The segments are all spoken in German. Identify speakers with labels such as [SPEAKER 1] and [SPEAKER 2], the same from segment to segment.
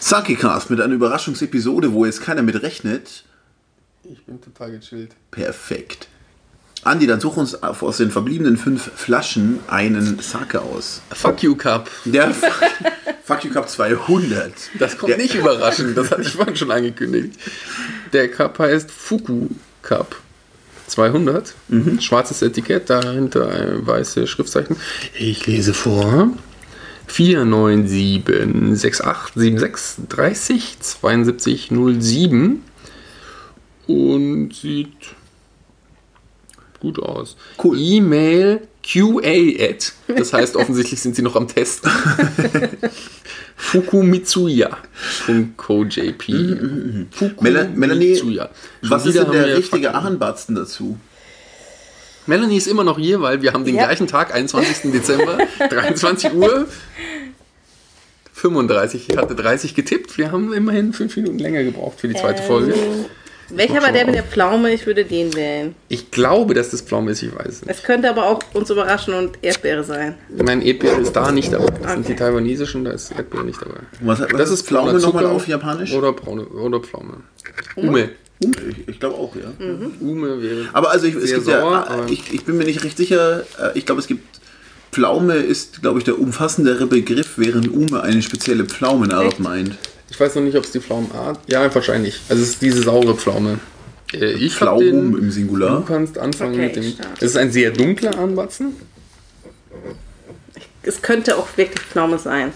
[SPEAKER 1] Sunkicast mit einer Überraschungsepisode, wo jetzt keiner mit rechnet.
[SPEAKER 2] Ich bin total gechillt.
[SPEAKER 1] Perfekt. Andi, dann such uns aus den verbliebenen fünf Flaschen einen Sake aus.
[SPEAKER 3] Fuck you Cup.
[SPEAKER 1] Der Fuck, Fuck You Cup 200.
[SPEAKER 3] Das kommt nicht überraschend, das hatte ich vorhin schon angekündigt. Der Cup heißt Fuku Cup 200.
[SPEAKER 2] Mhm.
[SPEAKER 3] Schwarzes Etikett, dahinter ein weißes Schriftzeichen. Ich lese vor. 4, 9, 7, 6, 8, 7, 6, 30, 72, 07. Und sieht gut aus.
[SPEAKER 1] Cool.
[SPEAKER 3] E-Mail QA at. Das heißt, offensichtlich sind sie noch am Testen.
[SPEAKER 1] Mhm,
[SPEAKER 3] Fukumitsuya.co.jp.
[SPEAKER 1] Mel- Melanie,
[SPEAKER 3] Fukumitsuya. Schon
[SPEAKER 1] Was ist
[SPEAKER 3] wieder
[SPEAKER 1] denn
[SPEAKER 3] haben
[SPEAKER 1] der
[SPEAKER 3] wir
[SPEAKER 1] richtige
[SPEAKER 3] Fakten.
[SPEAKER 1] Achenbatzen dazu?
[SPEAKER 3] Melanie ist immer noch hier, weil wir haben den
[SPEAKER 4] Ja.
[SPEAKER 3] gleichen Tag, 21. Dezember, 23 Uhr. 35, ich hatte 30 getippt. Wir haben immerhin fünf Minuten länger gebraucht für die zweite
[SPEAKER 1] Äh.
[SPEAKER 4] Ähm.
[SPEAKER 3] Folge.
[SPEAKER 4] Welcher
[SPEAKER 3] Mach
[SPEAKER 4] war
[SPEAKER 3] schon
[SPEAKER 4] der mit
[SPEAKER 3] auf.
[SPEAKER 4] der Pflaume? Ich würde den wählen.
[SPEAKER 3] Ich glaube, dass das Pflaume ist, ich weiß es nicht.
[SPEAKER 4] Es könnte aber auch uns überraschen und Erdbeere sein.
[SPEAKER 3] Nein, Erdbeere ist da nicht dabei. Das sind
[SPEAKER 4] Okay.
[SPEAKER 3] die taiwanesischen, da ist Erdbeere nicht dabei.
[SPEAKER 1] Was- was ist Pflaume
[SPEAKER 3] brauner
[SPEAKER 1] nochmal
[SPEAKER 3] Zucker
[SPEAKER 1] auf Japanisch?
[SPEAKER 3] Oder, braune, oder Pflaume. Ume.
[SPEAKER 1] Ich, ich glaube auch, ja.
[SPEAKER 3] Ume wäre.
[SPEAKER 1] Mhm. Aber also ich, es
[SPEAKER 3] Sehr
[SPEAKER 1] gibt
[SPEAKER 3] sauer,
[SPEAKER 1] ja,
[SPEAKER 3] aber-
[SPEAKER 1] ich, ich bin mir nicht recht sicher, äh, ich glaube es gibt, Pflaume ist, glaube ich, der umfassendere Begriff, während Ume eine spezielle Pflaumenart
[SPEAKER 4] Echt?
[SPEAKER 1] meint.
[SPEAKER 3] Ich weiß noch nicht, ob es die Pflaumenart. Ja, wahrscheinlich. Also es ist diese saure Pflaume. Äh, Ich hab
[SPEAKER 1] Pflaumen
[SPEAKER 3] den-
[SPEAKER 1] im Singular.
[SPEAKER 3] Du kannst anfangen
[SPEAKER 4] Okay,
[SPEAKER 3] mit dem.
[SPEAKER 4] stark.
[SPEAKER 3] Es ist ein sehr dunkler Anbatzen.
[SPEAKER 4] Es könnte auch wirklich Pflaume sein.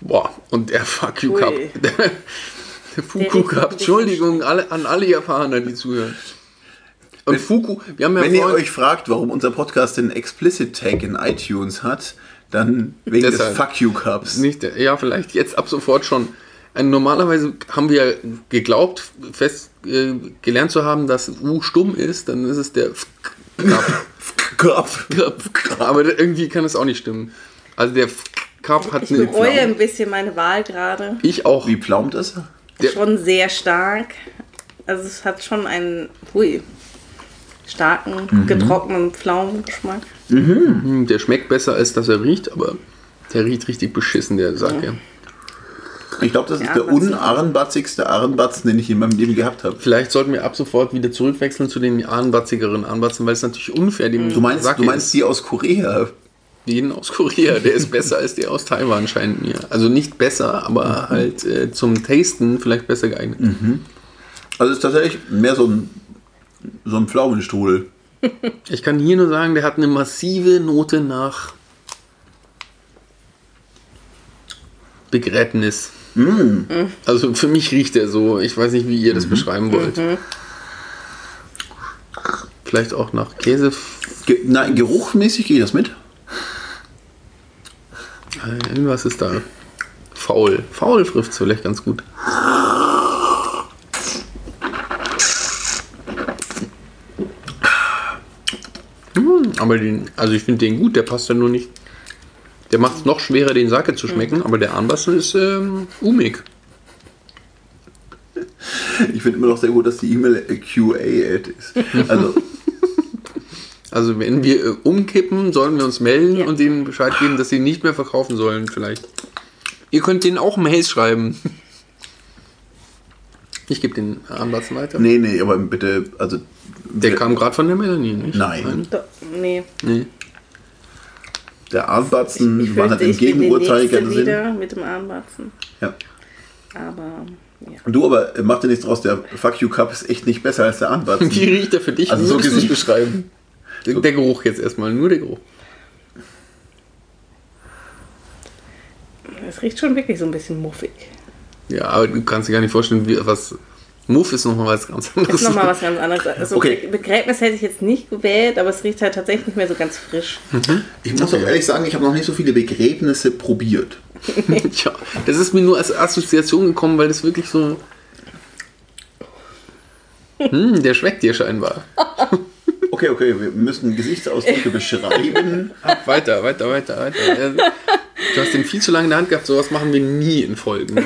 [SPEAKER 3] Boah, und der Fuck You Cup.
[SPEAKER 4] Ui.
[SPEAKER 3] Der Fuku
[SPEAKER 4] riecht
[SPEAKER 3] Cup.
[SPEAKER 4] wirklich
[SPEAKER 3] Entschuldigung alle, an alle Japaner, die zuhören. Und Fuku, wir haben ja
[SPEAKER 1] Wenn ihr
[SPEAKER 3] vorhin-
[SPEAKER 1] euch fragt, warum unser Podcast den Explicit Tag in iTunes hat, dann wegen
[SPEAKER 3] Deshalb.
[SPEAKER 1] des Fuck You Cups.
[SPEAKER 3] Nicht, der- ja, vielleicht jetzt ab sofort schon. Äh, Normalerweise haben wir geglaubt, fest äh, gelernt zu haben, dass U stumm ist, dann ist es der F
[SPEAKER 1] Cup.
[SPEAKER 3] Cup. Aber irgendwie kann es auch nicht stimmen. Also der F Cup hat
[SPEAKER 4] Ich
[SPEAKER 3] eine
[SPEAKER 4] bereue
[SPEAKER 3] Pflaume.
[SPEAKER 4] ein bisschen meine Wahl gerade.
[SPEAKER 3] Ich auch.
[SPEAKER 1] Wie pflaumt es?
[SPEAKER 3] Der-
[SPEAKER 4] Schon sehr stark. Also es hat schon einen hui, starken, getrockneten Pflaumengeschmack.
[SPEAKER 3] Hm, Der schmeckt besser, als dass er riecht, aber der riecht richtig beschissen, der Sake.
[SPEAKER 1] Ich glaube, das ist
[SPEAKER 4] Ja,
[SPEAKER 1] der
[SPEAKER 4] Batzen.
[SPEAKER 1] unarrenbatzigste Arrenbatzen, den ich in meinem Leben gehabt habe.
[SPEAKER 3] Vielleicht sollten wir ab sofort wieder zurückwechseln zu den anbatzigeren Anbatzen, weil es natürlich unfair dem
[SPEAKER 1] Du meinst, du meinst die aus Korea?
[SPEAKER 3] jeden aus Korea, der ist besser als der aus Taiwan, scheint mir. Also nicht besser, aber halt äh, zum Tasten vielleicht besser geeignet.
[SPEAKER 1] Also es ist tatsächlich mehr so ein, so ein Pflaumenstrudel.
[SPEAKER 3] Ich kann hier nur sagen, der hat eine massive Note nach Begräbnis. Also für mich riecht er so. Ich weiß nicht, wie ihr das beschreiben wollt. Vielleicht auch nach Käse.
[SPEAKER 1] Ge Nein, geruchmäßig gehe ich das mit.
[SPEAKER 3] Äh, Was ist da? Faul. Faul trifft es vielleicht ganz gut. Hm, Aber den, also ich finde den gut, der passt ja nur nicht. Der macht es noch schwerer, den Sake zu schmecken, aber der Anbassen ist ähm, umig.
[SPEAKER 1] Ich finde immer noch sehr gut, dass die E-Mail äh, QA-Ad ist. Also,
[SPEAKER 3] Also wenn wir äh, umkippen, sollen wir uns melden
[SPEAKER 4] Ja.
[SPEAKER 3] und ihnen Bescheid geben, dass sie nicht mehr verkaufen sollen vielleicht. Ihr könnt denen auch Mails schreiben. Ich gebe den Anbatzen weiter.
[SPEAKER 1] nee, nee, aber bitte, also.
[SPEAKER 3] Der kam gerade von der Melanie, nicht?
[SPEAKER 1] Nein.
[SPEAKER 4] Do- Nee,
[SPEAKER 3] Nee.
[SPEAKER 1] Der Armbatzen
[SPEAKER 4] ich
[SPEAKER 1] war halt
[SPEAKER 4] fürchte,
[SPEAKER 1] im
[SPEAKER 4] ich bin die
[SPEAKER 1] Gegenurteil
[SPEAKER 4] nächste
[SPEAKER 1] keinen Sinn.
[SPEAKER 4] wieder mit dem Armbatzen.
[SPEAKER 1] Ja.
[SPEAKER 4] Aber ja.
[SPEAKER 1] Du aber äh, mach dir nichts draus, der Fuck You Cup ist echt nicht besser als der Armbatzen.
[SPEAKER 3] Wie riecht er für dich?
[SPEAKER 1] Also so
[SPEAKER 3] Würdest du es
[SPEAKER 1] gesehen.
[SPEAKER 3] beschreiben. Der, der Geruch jetzt erstmal, nur der Geruch.
[SPEAKER 4] Es riecht schon wirklich so ein bisschen muffig.
[SPEAKER 3] Ja, aber du kannst dir gar nicht vorstellen, wie, was... Muff ist nochmal was ganz anderes.
[SPEAKER 4] Ist nochmal was ganz anderes. Also
[SPEAKER 1] Okay.
[SPEAKER 4] Begräbnis hätte ich jetzt nicht gewählt, aber es riecht halt tatsächlich nicht mehr so ganz frisch.
[SPEAKER 1] Ich muss auch ehrlich sagen, ich habe noch nicht so viele Begräbnisse probiert.
[SPEAKER 3] ja, das ist mir nur als Assoziation gekommen, weil das wirklich so... Hm, der schmeckt dir scheinbar.
[SPEAKER 1] Okay, okay, wir müssen Gesichtsausdrücke beschreiben.
[SPEAKER 3] Weiter, weiter, weiter, weiter. Du hast den viel zu lange in der Hand gehabt, sowas machen wir nie in Folgen.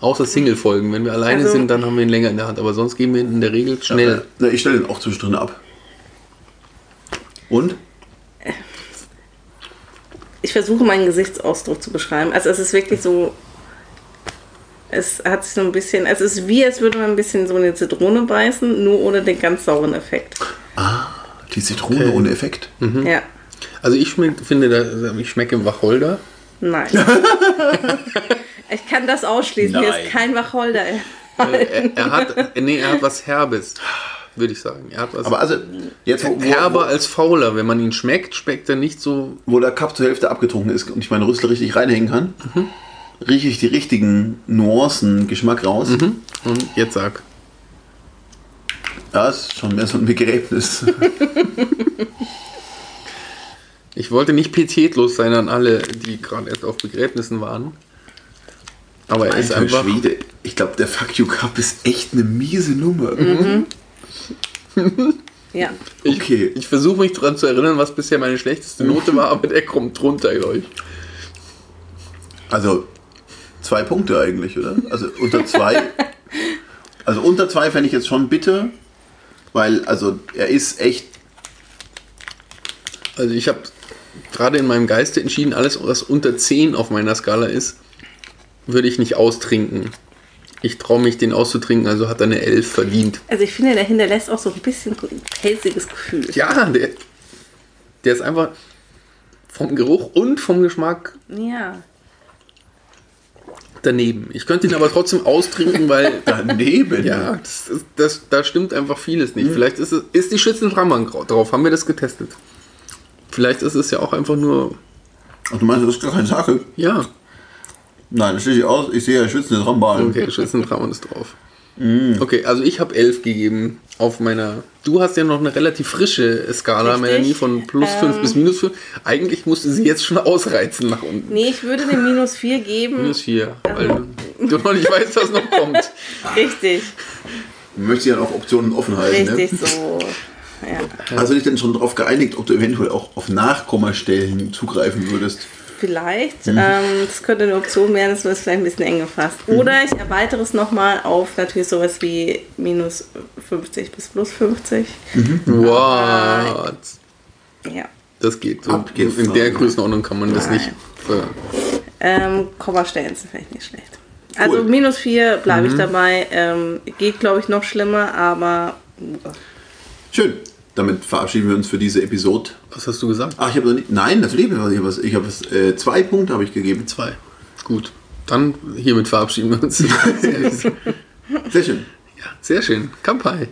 [SPEAKER 3] Außer Single-Folgen. Wenn wir alleine
[SPEAKER 4] Also-
[SPEAKER 3] sind, dann haben wir ihn länger in der Hand. Aber sonst gehen wir in der Regel schnell.
[SPEAKER 1] Na, ich stelle den auch zwischendrin ab. Und?
[SPEAKER 4] ich versuche meinen Gesichtsausdruck zu beschreiben. Also es ist wirklich so, es hat sich so ein bisschen, also es ist wie, als würde man ein bisschen so eine Zitrone beißen, nur ohne den ganz sauren Effekt.
[SPEAKER 1] Die Zitrone ohne Effekt.
[SPEAKER 4] Ja,
[SPEAKER 3] Also ich schmeck, finde, da- ich schmecke Wacholder.
[SPEAKER 4] nein. ich kann das ausschließen, hier
[SPEAKER 1] Nein.
[SPEAKER 4] ist kein Wacholder. ey.
[SPEAKER 3] Er, er hat, nee, er hat was Herbes, würde ich sagen. Er hat was
[SPEAKER 1] Aber also, jetzt wo,
[SPEAKER 3] herber
[SPEAKER 1] wo,
[SPEAKER 3] als fauler. Wenn man ihn schmeckt, schmeckt er nicht so.
[SPEAKER 1] wo der Cup zur Hälfte abgetrunken ist und ich meine Rüssel richtig reinhängen kann, rieche ich die richtigen Nuancen, Geschmack raus.
[SPEAKER 3] Mhm. Und jetzt sag.
[SPEAKER 1] Ja, ist schon mehr so ein Begräbnis.
[SPEAKER 3] Ich wollte nicht pietätlos sein an alle, die gerade erst auf Begräbnissen waren. Aber er ist
[SPEAKER 1] Alter
[SPEAKER 3] einfach.
[SPEAKER 1] Schwede, ich glaube, der Fuck You Cup ist echt eine miese Nummer.
[SPEAKER 3] Mhm.
[SPEAKER 4] Ja,
[SPEAKER 3] Ich,
[SPEAKER 1] Okay.
[SPEAKER 3] ich versuche mich daran zu erinnern, was bisher meine schlechteste Note war, aber der kommt drunter, glaube ich.
[SPEAKER 1] Also zwei Punkte eigentlich, oder? Also unter zwei. also unter zwei fände ich jetzt schon bitter, weil also er ist echt.
[SPEAKER 3] Also ich habe gerade in meinem Geiste entschieden, alles, was unter 10 auf meiner Skala ist, würde ich nicht austrinken. Ich traue mich, den auszutrinken, also hat er eine 11 verdient.
[SPEAKER 4] also ich finde, der hinterlässt auch so ein bisschen so ein pelziges Gefühl.
[SPEAKER 3] Ja, der, der ist einfach vom Geruch und vom Geschmack
[SPEAKER 4] Ja.
[SPEAKER 3] daneben. Ich könnte ihn aber trotzdem austrinken, weil
[SPEAKER 1] Daneben.
[SPEAKER 3] ja, das, ist- das, da stimmt einfach vieles nicht. Vielleicht ist, es, ist die Schützenframmern drauf, haben wir das getestet. Vielleicht ist es ja auch einfach nur,
[SPEAKER 1] Und du meinst, das ist gar keine Sache?
[SPEAKER 3] ja,
[SPEAKER 1] Nein, das schließe ich aus. Ich sehe ja schützende Rambahn.
[SPEAKER 3] Okay, Schützentrauen ist drauf. Okay, also ich habe 11 gegeben auf meiner. Du hast ja noch eine relativ frische Skala,
[SPEAKER 4] Richtig.
[SPEAKER 3] Melanie, von plus 5 bis minus 5. Eigentlich musste sie jetzt schon ausreizen nach unten.
[SPEAKER 4] Nee, ich würde dem minus 4 geben.
[SPEAKER 3] Minus 4, weil du noch nicht weißt, was noch kommt.
[SPEAKER 4] Richtig,
[SPEAKER 1] Man möchte ja auch Optionen offen
[SPEAKER 3] Äh,
[SPEAKER 1] halten.
[SPEAKER 3] ne?
[SPEAKER 4] richtig so. Ja,
[SPEAKER 1] Ne? Hast du dich denn schon darauf geeinigt, ob du eventuell auch auf Nachkommastellen zugreifen würdest?
[SPEAKER 4] vielleicht. Ähm, das könnte eine Option werden, das wird vielleicht ein bisschen eng gefasst. Oder ich erweitere es nochmal auf natürlich sowas wie minus 50 bis plus 50.
[SPEAKER 3] What?
[SPEAKER 4] Ja.
[SPEAKER 3] Das geht. So.
[SPEAKER 1] Abgefahren.
[SPEAKER 3] In der Größenordnung kann man das nicht. äh, ver-
[SPEAKER 4] Ähm, Kommastellen sind vielleicht nicht schlecht. Also
[SPEAKER 1] Cool.
[SPEAKER 4] minus 4 bleibe ich dabei. Ähm, geht, glaube ich, noch schlimmer, aber
[SPEAKER 1] Schön. Damit verabschieden wir uns für diese Episode.
[SPEAKER 3] Was hast du gesagt?
[SPEAKER 1] Ach, Ah, ich habe noch nicht. Nein, natürlich habe ich was. Ich habe was. Äh, zwei Punkte habe ich gegeben.
[SPEAKER 3] Zwei. Gut. Dann hiermit verabschieden wir uns.
[SPEAKER 1] Sehr schön.
[SPEAKER 3] ja, sehr schön. Kampai.